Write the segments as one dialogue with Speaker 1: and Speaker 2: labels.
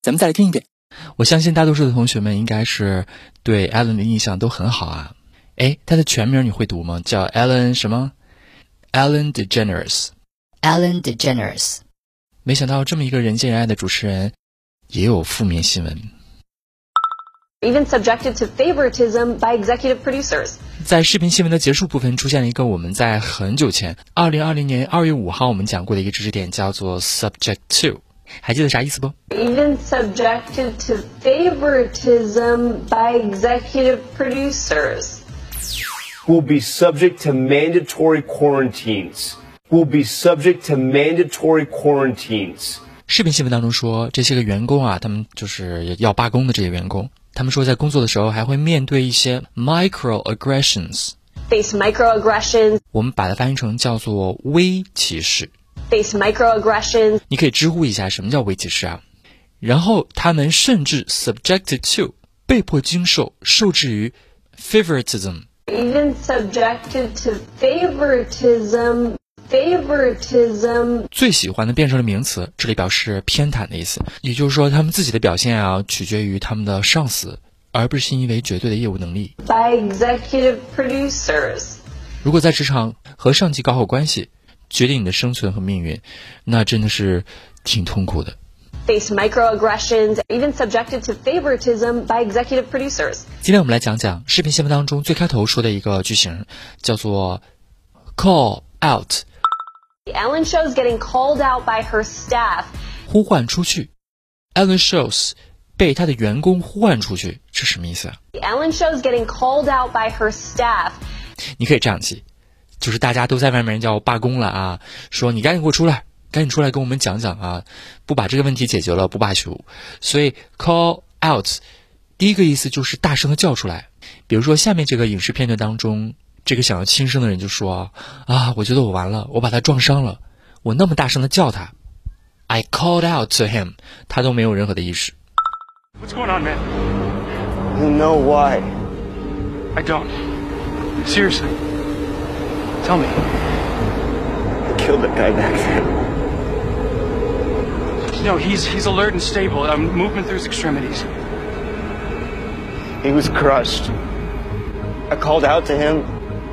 Speaker 1: 咱们再来听一遍。我相信大多数的同学们应该是对艾伦的印象都很好啊。哎，他的全名你会读吗？叫艾伦什么？Alan DeGeneres。
Speaker 2: Ellen DeGeneres.
Speaker 1: 没想到这么一个人见人爱的主持人，也有负面新闻。
Speaker 3: even subjected to favoritism by executive producers.
Speaker 1: 在视频新闻的结束部分出现了一个我们在很久前，二零二零年二月五号我们讲过的一个知识点，叫做 subject to，还记得啥意思不？
Speaker 3: Even subjected to favoritism by executive producers.
Speaker 4: will be subject to mandatory quarantines. Will be subject to mandatory quarantines.
Speaker 1: 视频新闻当中说，这些个员工啊，他们就是要罢工的这些员工，他们说在工作的时候还会面对一些 microaggressions，
Speaker 3: Face microaggressions.
Speaker 1: 我们把它翻译成叫做微歧视。
Speaker 3: Face microaggressions.
Speaker 1: 你可以知乎一下什么叫微歧视啊。然后他们甚至 subjected to 被迫经受，受制于 favoritism。
Speaker 3: Even subjected to favoritism. Favoritism
Speaker 1: 最喜欢的变成了名词，这里表示偏袒的意思。也就是说，他们自己的表现啊，取决于他们的上司，而不是因为绝对的业务能力。
Speaker 3: by executive producers.
Speaker 1: 如果在职场和上级搞好关系，决定你的生存和命运，那真的是挺痛苦的。
Speaker 3: Face microaggressions. Even subjected to favoritism by executive producers.
Speaker 1: 今天我们来讲讲视频新闻当中最开头说的一个句型，叫做 “call out”，
Speaker 3: Ellen shows getting called out by her staff.
Speaker 1: 呼唤出去。Ellen Shows 被他的员工呼唤出去，这什么意思啊？
Speaker 3: Ellen shows getting called out by her staff.
Speaker 1: 你可以这样记，就是大家都在外面要罢工了啊，说你赶紧给我出来，赶紧出来跟我们讲讲啊，不把这个问题解决了不罢休。所以 call out 第一个意思就是大声的叫出来，比如说下面这个影视片段当中，这个想要轻生的人就说啊，我觉得我完了，我把他撞伤了，我那么大声的叫他，I called out to him，他都没有任何的意识。
Speaker 5: What's going on, man?
Speaker 4: I don't know why.
Speaker 5: I don't. Seriously. Tell me.
Speaker 4: I killed that guy back then.
Speaker 5: No, he's he's alert and stable. Um, movement through his extremities.
Speaker 4: He was crushed. I called out to him.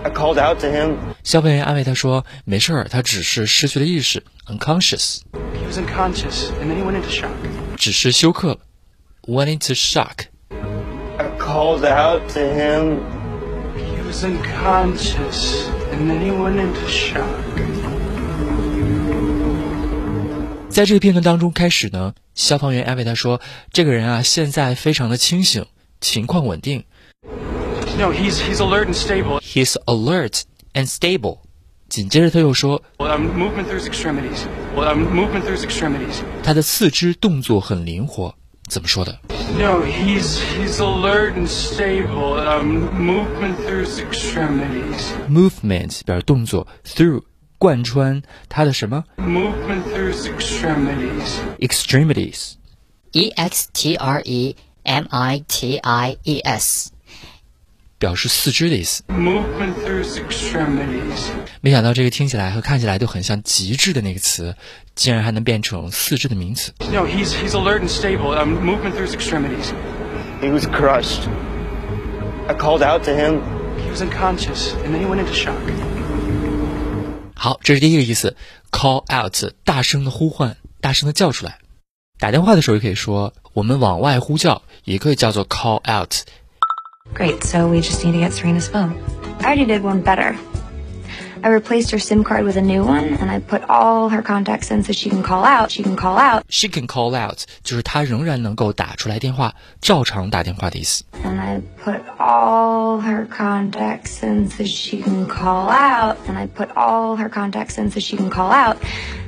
Speaker 4: I called out to him.
Speaker 1: 消防员安慰他说：“没事儿，他只是失去了意识，unconscious。”
Speaker 5: He was unconscious, and then he went into shock.
Speaker 1: 只是休克了。Went into shock，
Speaker 4: I called out to him.
Speaker 5: He was unconscious, and then he went into shock.
Speaker 1: 在这个片段当中开始呢，消防员安慰他说：“这个人啊，现在非常的清醒，情况稳定
Speaker 5: No, he's he's alert and stable.
Speaker 1: ，He's alert and stable。”紧接着他又说
Speaker 5: Um, movement through his extremities. Um, movement through his extremities.：“
Speaker 1: 他的四肢动作很灵活。”怎么说的？
Speaker 5: No, he's he's alert and stable. Um, movement through his extremities.
Speaker 1: movement 表示动作，through 贯穿他的什么
Speaker 5: Movement through his extremities.
Speaker 1: extremities。
Speaker 2: E X T R E M I T I E S.
Speaker 1: 表示四肢的意思，
Speaker 5: Movement through his extremities.
Speaker 1: 没想到这个听起来和看起来都很像极致的那个词，竟然还能变成四肢的名词。
Speaker 5: No, he's he's alert and stable. Um, movement through his extremities.
Speaker 4: He was crushed. I called out to him.
Speaker 5: He was unconscious, and then he went into shock.
Speaker 1: 好，这是第一个意思，call out，大声的呼唤，大声的叫出来。打电话的时候也可以说，我们往外呼叫，也可以叫做 call out。
Speaker 6: Great, so we just need to get Serena's phone.
Speaker 7: I already did one better. I replaced her SIM card with a new one and I put all her contacts in so she can call out. She can call out.
Speaker 1: She can call out，就是她仍然能够打出来电话，照常打电话的意思。
Speaker 7: And I put all her contacts in so she can call out. And I put all her contacts in so she can call out.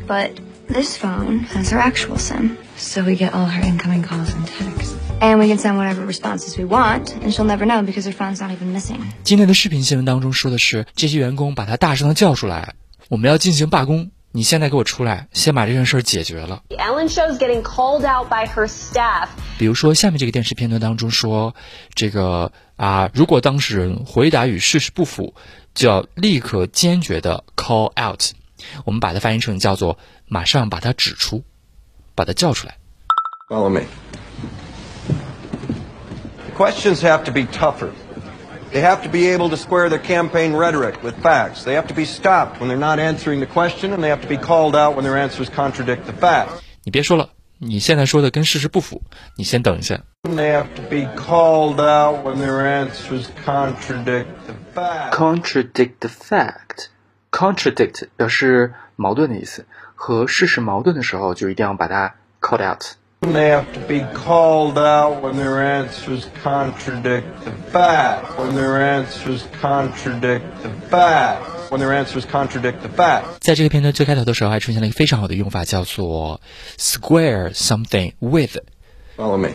Speaker 7: But this phone has her actual SIM.
Speaker 6: So we get all her incoming calls and texts.
Speaker 7: And we can send whatever responses we want, and she'll never know because her phone's not even missing.
Speaker 1: 今天的视频新闻当中说的是，这些员工把他大声的叫出来，我们要进行罢工，你现在给我出来，先把这件事儿解决了。
Speaker 3: Ellen shows getting called out by her staff.
Speaker 1: 比如说下面这个电视片段当中说，这个啊，如果当事人回答与事实不符，就要立刻坚决的 call out，我们把它翻译成叫做马上把它指出，把它叫出来。
Speaker 8: Follow me. The questions have to be tougher. They have to be able to square their campaign rhetoric with facts. They have to be stopped when they're not answering the question, and they have to be called out when their answers contradict the facts.
Speaker 1: 你别说了，你现在说的跟事实不符，你先等一下。
Speaker 8: And they have to be called out when their answers contradict the facts.
Speaker 9: contradict the fact。contradict 表示矛盾的意思，和事实矛盾的时候就一定要把它 called out。
Speaker 8: And they have to be called out when their answers contradict the facts. When their answers contradict the facts. When their answers contradict the facts.
Speaker 1: 在这个片段最开头的时候，还出现了一个非常好的用法，叫做 square something with。
Speaker 8: Follow me.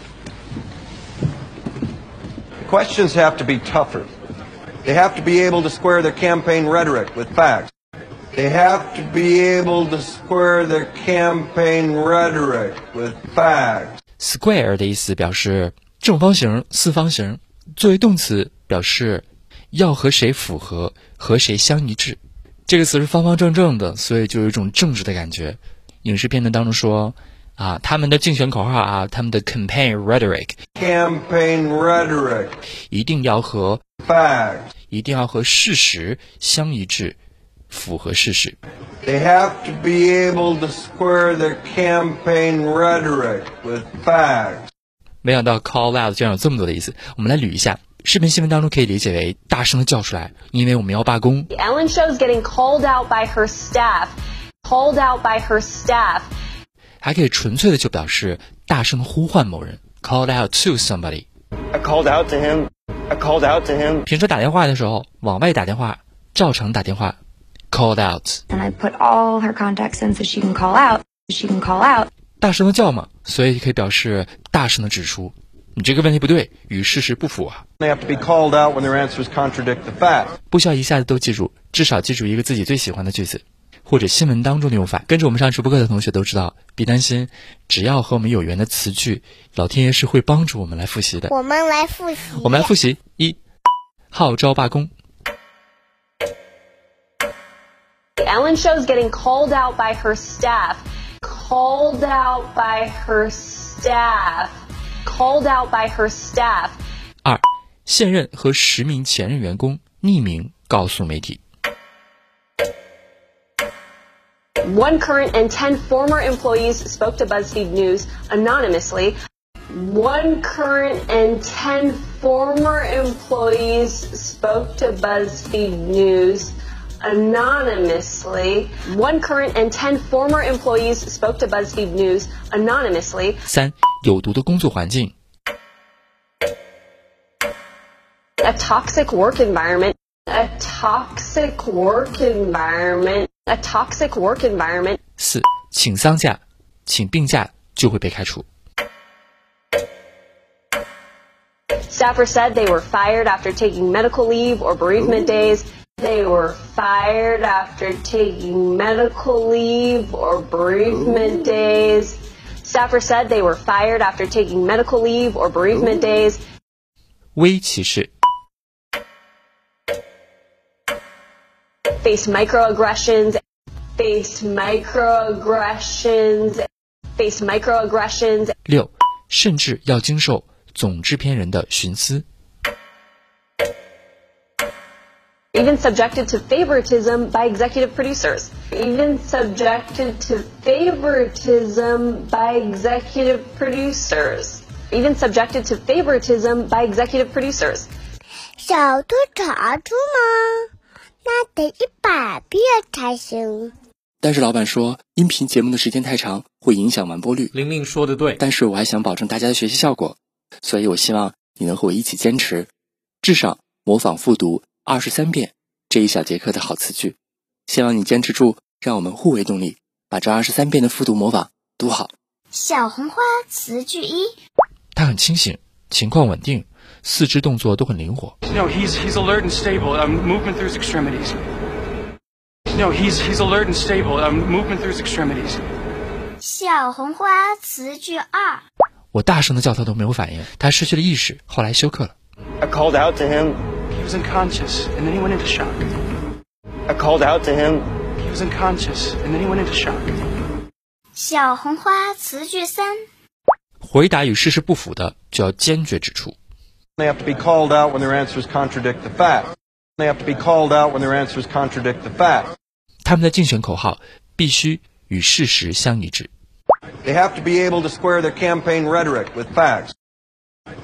Speaker 8: The questions have to be tougher. They have to be able to square their campaign rhetoric with facts. They have to be able to square their campaign rhetoric with facts.
Speaker 1: square 的意思表示正方形、四方形，作为动词表示要和谁符合、和谁相一致。这个词是方方正正的，所以就有一种政治的感觉。影视片段当中说，啊，他们的竞选口号啊，他们的 campaign rhetoric
Speaker 8: Campaign rhetoric.
Speaker 1: 一定要和
Speaker 8: Facts.
Speaker 1: 一定要和事实相一致，符合事实。
Speaker 8: They have to be able to square their campaign rhetoric with facts.
Speaker 1: 没想到 call out 竟然有这么多的意思，我们来捋一下。视频新闻当中可以理解为大声的叫出来，因为我们要罢工。
Speaker 3: Ellen shows getting called out by her staff. Called out by her staff.
Speaker 1: 还可以纯粹的就表示大声呼唤某人，call out to somebody。
Speaker 4: I called out to him. I called out to him.
Speaker 1: 平时打电话的时候，往外打电话，照常打电话，called out，
Speaker 7: And I put all her contacts in so she can call out. She can call out.
Speaker 1: 大声的叫嘛，所以可以表示大声的指出你这个问题不对，与事实不符啊。
Speaker 8: They have to be called out when their answers contradict the facts.
Speaker 1: 不需要一下子都记住，至少记住一个自己最喜欢的句子，或者新闻当中的用法。跟着我们上直播课的同学都知道，别担心，只要和我们有缘的词句，老天爷是会帮助我们来复习的。
Speaker 10: 我们来复习。
Speaker 1: 我们来复习：一，号召罢工；
Speaker 3: Ellen shows getting called out by her staff. Called out by her staff. Called out by her staff.
Speaker 1: 二，现任和十名前任员工匿名告诉媒体；
Speaker 3: One current and 10 former employees spoke to BuzzFeed News anonymously. One current and 10 former employees spoke to BuzzFeed News anonymously. One current and 10 former employees spoke to BuzzFeed News anonymously.
Speaker 1: 三，有毒的工作环境；
Speaker 3: A toxic work environment. A toxic work environment. A toxic work environment.
Speaker 1: 四，请丧假、请病假就会被开除；
Speaker 3: Staffers said they were fired after taking medical leave or bereavement days. They were fired after taking medical leave or bereavement days. Staffers said they were fired after taking medical leave or bereavement days.
Speaker 1: 微歧视；
Speaker 3: Face microaggressions. Face microaggressions. Face microaggressions.
Speaker 1: 六，甚至要经受总制片人的徇私；
Speaker 3: even subjected to favoritism by executive producers. Even subjected to favoritism by executive producers. Even subjected to favoritism by executive producers.
Speaker 10: 小兔查出吗？那得一百遍才行。
Speaker 9: 但是老板说，音频节目的时间太长，会影响完播率。
Speaker 11: 玲玲说的对，
Speaker 9: 但是我还想保证大家的学习效果，所以我希望你能和我一起坚持，至少模仿复读二十三遍这一小节课的好词句。希望你坚持住，让我们互为动力，把这二十三遍的复读模仿读好。
Speaker 10: 小红花词句一，
Speaker 1: 他很清醒，情况稳定，四肢动作都很灵活。
Speaker 5: No, he's he's alert and stable. I'm movement through his extremities. No, he's he's alert and stable. I'm movement through his extremities.
Speaker 10: 小红花词句二，
Speaker 1: 我大声的叫他都没有反应，他失去了意识，后来休克了。
Speaker 4: I called out to him.
Speaker 5: He was unconscious, and then he went into shock.
Speaker 4: I called out to him.
Speaker 5: He was unconscious, and then he went into shock.
Speaker 10: 小红花词句三，
Speaker 1: 回答与事实不符的，就要坚决指出。
Speaker 8: They have to be called out when their answers contradict the fact. They have to be called out when their answers contradict the fact.
Speaker 1: 他们的竞选口号必须与事实相一致。
Speaker 8: They have to be able to square their campaign rhetoric with facts.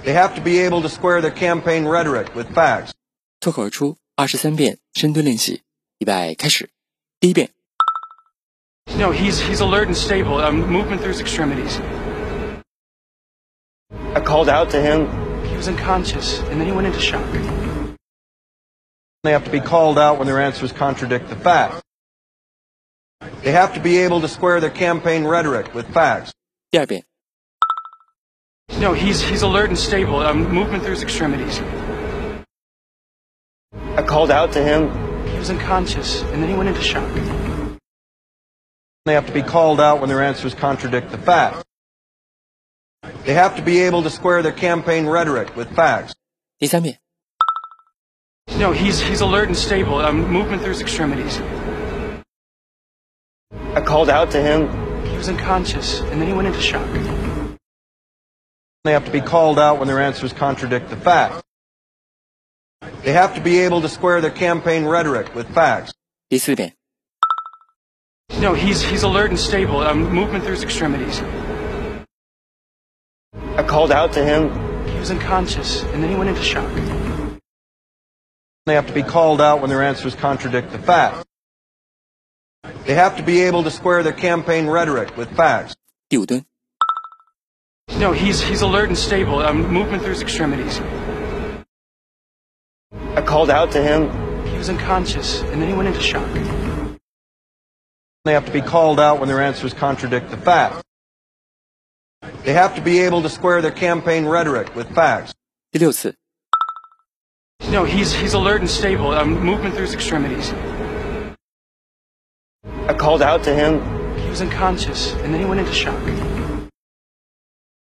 Speaker 8: They have to be able to square their campaign rhetoric with facts.
Speaker 9: 脱口而出二十三遍深蹲练习，预备开始。第一遍，
Speaker 5: No, he's he's alert and stable. I'm movement through his extremities.
Speaker 4: I called out to him.
Speaker 5: He was unconscious, and then he went into shock.
Speaker 8: They have to be called out when their answers contradict the fact. They have to be able to square their campaign rhetoric with facts.
Speaker 9: 第二遍，
Speaker 5: No, he's he's alert and stable. I'm movement through his extremities.
Speaker 4: I called out to him.
Speaker 5: He was unconscious, and then he went into shock.
Speaker 8: They have to be called out when their answers contradict the fact. They have to be able to square their campaign rhetoric with facts.
Speaker 9: 第三遍，
Speaker 5: No, he's he's alert and stable. I'm movement through his extremities.
Speaker 4: I called out to him.
Speaker 5: He was unconscious, and then he went into shock.
Speaker 8: They have to be called out when their answers contradict the fact. They have to be able to square their campaign rhetoric with facts.
Speaker 9: 第四遍，
Speaker 5: No, he's he's alert and stable. I'm movement through his extremities.
Speaker 4: I called out to him.
Speaker 5: He was unconscious, and then he went into shock.
Speaker 8: They have to be called out when their answers contradict the fact. They have to be able to square their campaign rhetoric with facts.
Speaker 9: 第五蹲，
Speaker 5: No, he's he's alert and stable. I'm movement through his extremities.
Speaker 4: I called out to him.
Speaker 5: He was unconscious, and then he went into shock.
Speaker 8: They have to be called out when their answers contradict the fact. They have to be able to square their campaign rhetoric with facts.
Speaker 9: 第六次，
Speaker 5: No, he's he's alert and stable. I'm movement through his extremities.
Speaker 4: I called out to him.
Speaker 5: He was unconscious, and then he went into shock.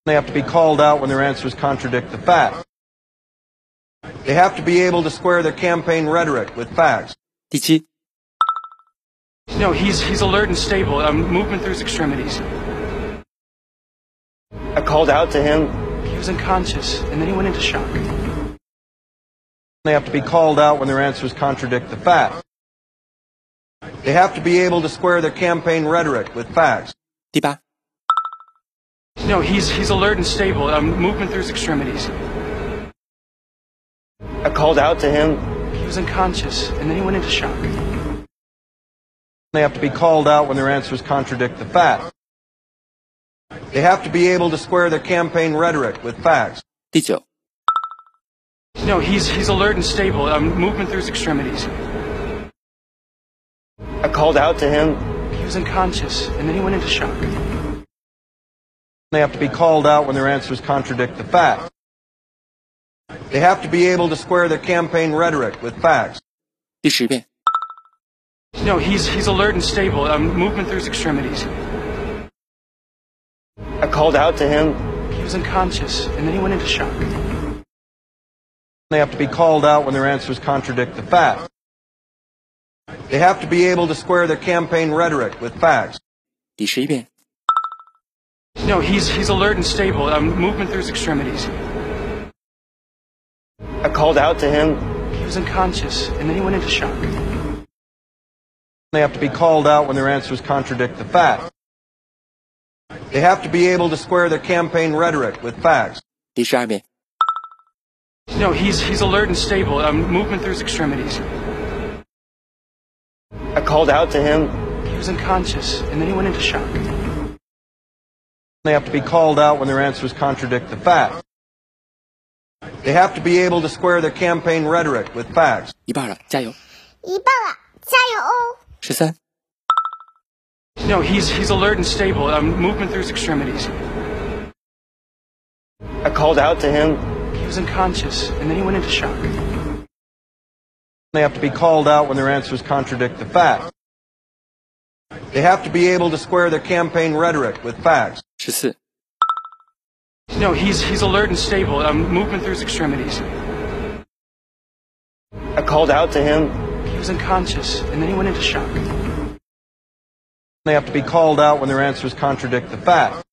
Speaker 8: They have to be called out when their answers contradict the fact. They have to be able to square their campaign rhetoric with facts.
Speaker 9: 第七，
Speaker 5: No, he's he's alert and stable. I'm movement through his extremities.
Speaker 4: I called out to him.
Speaker 5: He was unconscious, and then he went into shock.
Speaker 8: They have to be called out when their answers contradict the fact. They have to be able to square their campaign rhetoric with facts.
Speaker 9: 第八，
Speaker 5: No, he's he's alert and stable. I'm movement through his extremities.
Speaker 4: I called out to him.
Speaker 5: He was unconscious, and then he went into shock.
Speaker 8: They have to be called out when their answers contradict the fact. They have to be able to square their campaign rhetoric with facts.
Speaker 9: 第九，
Speaker 5: No, he's he's alert and stable. I'm movement through his extremities.
Speaker 4: I called out to him.
Speaker 5: He was unconscious, and then he went into shock.
Speaker 8: They have to be called out when their answers contradict the fact. They have to be able to square their campaign rhetoric with facts.
Speaker 9: 第十遍，
Speaker 5: No, he's he's alert and stable. I'm movement through his extremities.
Speaker 4: I called out to him.
Speaker 5: He was unconscious, and then he went into shock.
Speaker 8: They have to be called out when their answers contradict the fact. They have to be able to square their campaign rhetoric with facts.
Speaker 9: 第十一遍，
Speaker 5: No, he's he's alert and stable. I'm movement through his extremities.
Speaker 4: I called out to him.
Speaker 5: He was unconscious, and then he went into shock.
Speaker 8: They have to be called out when their answers contradict the fact. They have to be able to square their campaign rhetoric with facts.
Speaker 9: 第十二遍，
Speaker 5: No, he's he's alert and stable. I'm movement through his extremities.
Speaker 4: I called out to him.
Speaker 5: He was unconscious, and then he went into shock.
Speaker 8: They have to be called out when their answers contradict the fact. They have to be able to square their campaign rhetoric with facts.
Speaker 9: 一半了，加油！
Speaker 10: 一半了，加油哦！
Speaker 9: 十三、
Speaker 5: Um, No, he's he's alert and stable. I'm movement through his extremities.
Speaker 4: I called out to him.
Speaker 5: He was unconscious, and then he went into shock.
Speaker 8: They have to be called out when their answers contradict the facts. They have to be able to square their campaign rhetoric with facts.
Speaker 1: 十四、
Speaker 5: No, he's he's alert and stable. Um, movement through his extremities.
Speaker 4: I called out to him.
Speaker 5: He was unconscious, and then he went into shock.
Speaker 8: They have to be called out when their answers contradict the facts.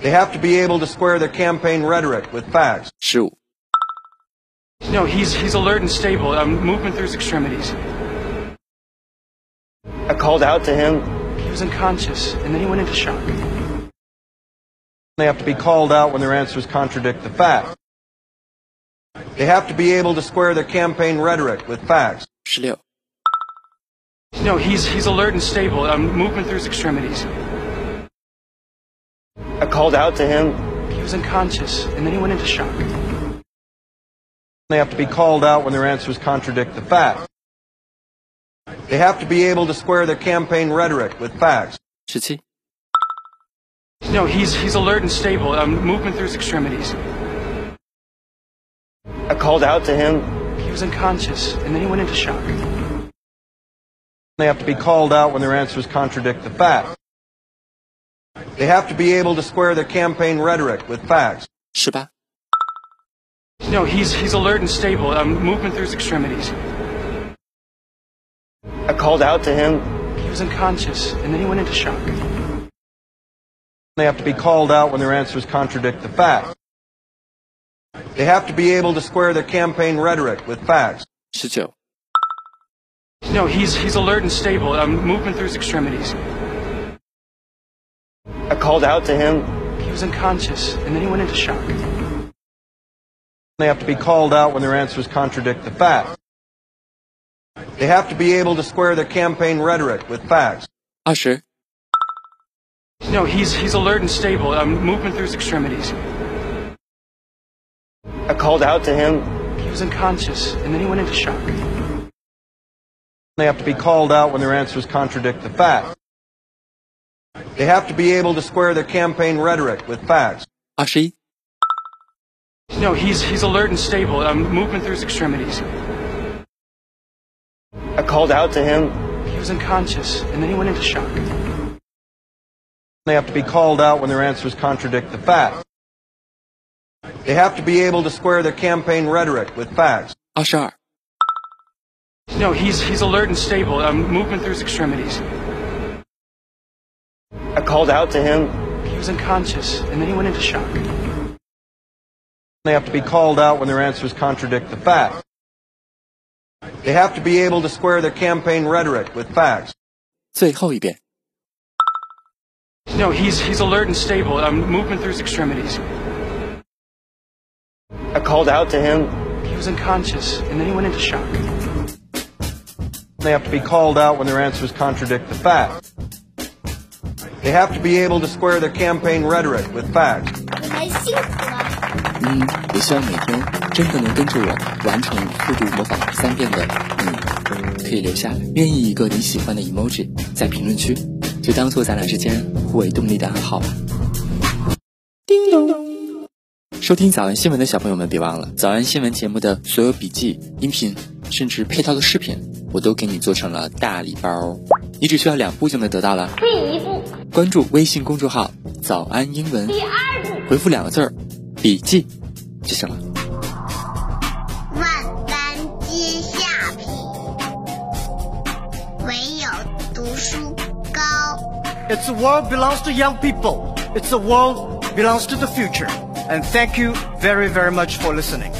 Speaker 8: They have to be able to square their campaign rhetoric with facts.
Speaker 1: 十五、
Speaker 5: No, he's he's alert and stable. Um, movement through his extremities.
Speaker 4: I called out to him.
Speaker 5: He was unconscious, and then he went into shock.
Speaker 8: They have to be called out when their answers contradict the facts. They have to be able to square their campaign rhetoric with facts.
Speaker 1: 十六、
Speaker 5: No, he's he's alert and stable. Um, movement through his extremities.
Speaker 4: I called out to him.
Speaker 5: He was unconscious, and then he went into shock.
Speaker 8: They have to be called out when their answers contradict the facts. They have to be able to square their campaign rhetoric with facts.
Speaker 1: 十七、
Speaker 5: No, he's he's alert and stable. Um, movement through his extremities.
Speaker 4: I called out to him.
Speaker 5: He was unconscious, and then he went into shock.
Speaker 8: They have to be called out when their answers contradict the facts. They have to be able to square their campaign rhetoric with facts.
Speaker 1: 十八、
Speaker 5: No, he's he's alert and stable. Um, movement through his extremities.
Speaker 4: I called out to him.
Speaker 5: He was unconscious, and then he went into shock.
Speaker 8: They have to be called out when their answers contradict the facts. They have to be able to square their campaign rhetoric with facts.
Speaker 1: 十九、
Speaker 5: No, he's he's alert and stable. Um, movement through his extremities.
Speaker 4: I called out to him.
Speaker 5: He was unconscious, and then he went into shock.
Speaker 8: They have to be called out when their answers contradict the facts. They have to be able to square their campaign rhetoric with facts.
Speaker 1: 二十、
Speaker 5: No, he's he's alert and stable. Um, movement through his extremities.
Speaker 4: I called out to him.
Speaker 5: He was unconscious, and then he went into shock.
Speaker 8: They have to be called out when their answers contradict the facts. They have to be able to square their campaign rhetoric with facts.
Speaker 1: 二十一、
Speaker 5: No, he's he's alert and stable. Um, movement through his extremities.
Speaker 4: I called out to him.
Speaker 5: He was unconscious, and then he went into shock.
Speaker 8: They have to be called out when their answers contradict the facts. They have to be able to square their campaign rhetoric with facts.
Speaker 1: 二十二、
Speaker 5: No, he's he's alert and stable. Um, movement through his extremities.
Speaker 4: I called out to him.
Speaker 5: He was unconscious, and then he went into shock.
Speaker 8: They have to be called out when their answers contradict the facts. They have to be able to square their campaign rhetoric with facts.
Speaker 1: 最后一遍。
Speaker 5: No, he's he's alert and stable. Um, movement through his extremities.
Speaker 4: I called out to him.
Speaker 5: He was unconscious, and then he went into shock.
Speaker 8: They have to be called out when their answers contradict the facts. They have to be able to square their campaign rhetoric with facts.
Speaker 10: 我们辛苦了，
Speaker 1: 嗯，也希望每天真的能跟着我完成复读模仿三遍的你，可以留下任意一个你喜欢的 emoji 在评论区，就当做咱俩之间互为动力的暗号吧。叮咚！收听早安新闻的小朋友们，别忘了早安新闻节目的所有笔记、音频，甚至配套的视频，我都给你做成了大礼包，哦你只需要两步就能得到了。
Speaker 10: 第一步，
Speaker 1: 关注微信公众号“早安英文
Speaker 10: 第二步，”，
Speaker 1: 回复两个字儿“笔记”就行了。
Speaker 10: 万般皆下品，唯有读书高。
Speaker 12: It's the world belongs to young people. It's the world belongs to the future. And thank you very, very much for listening.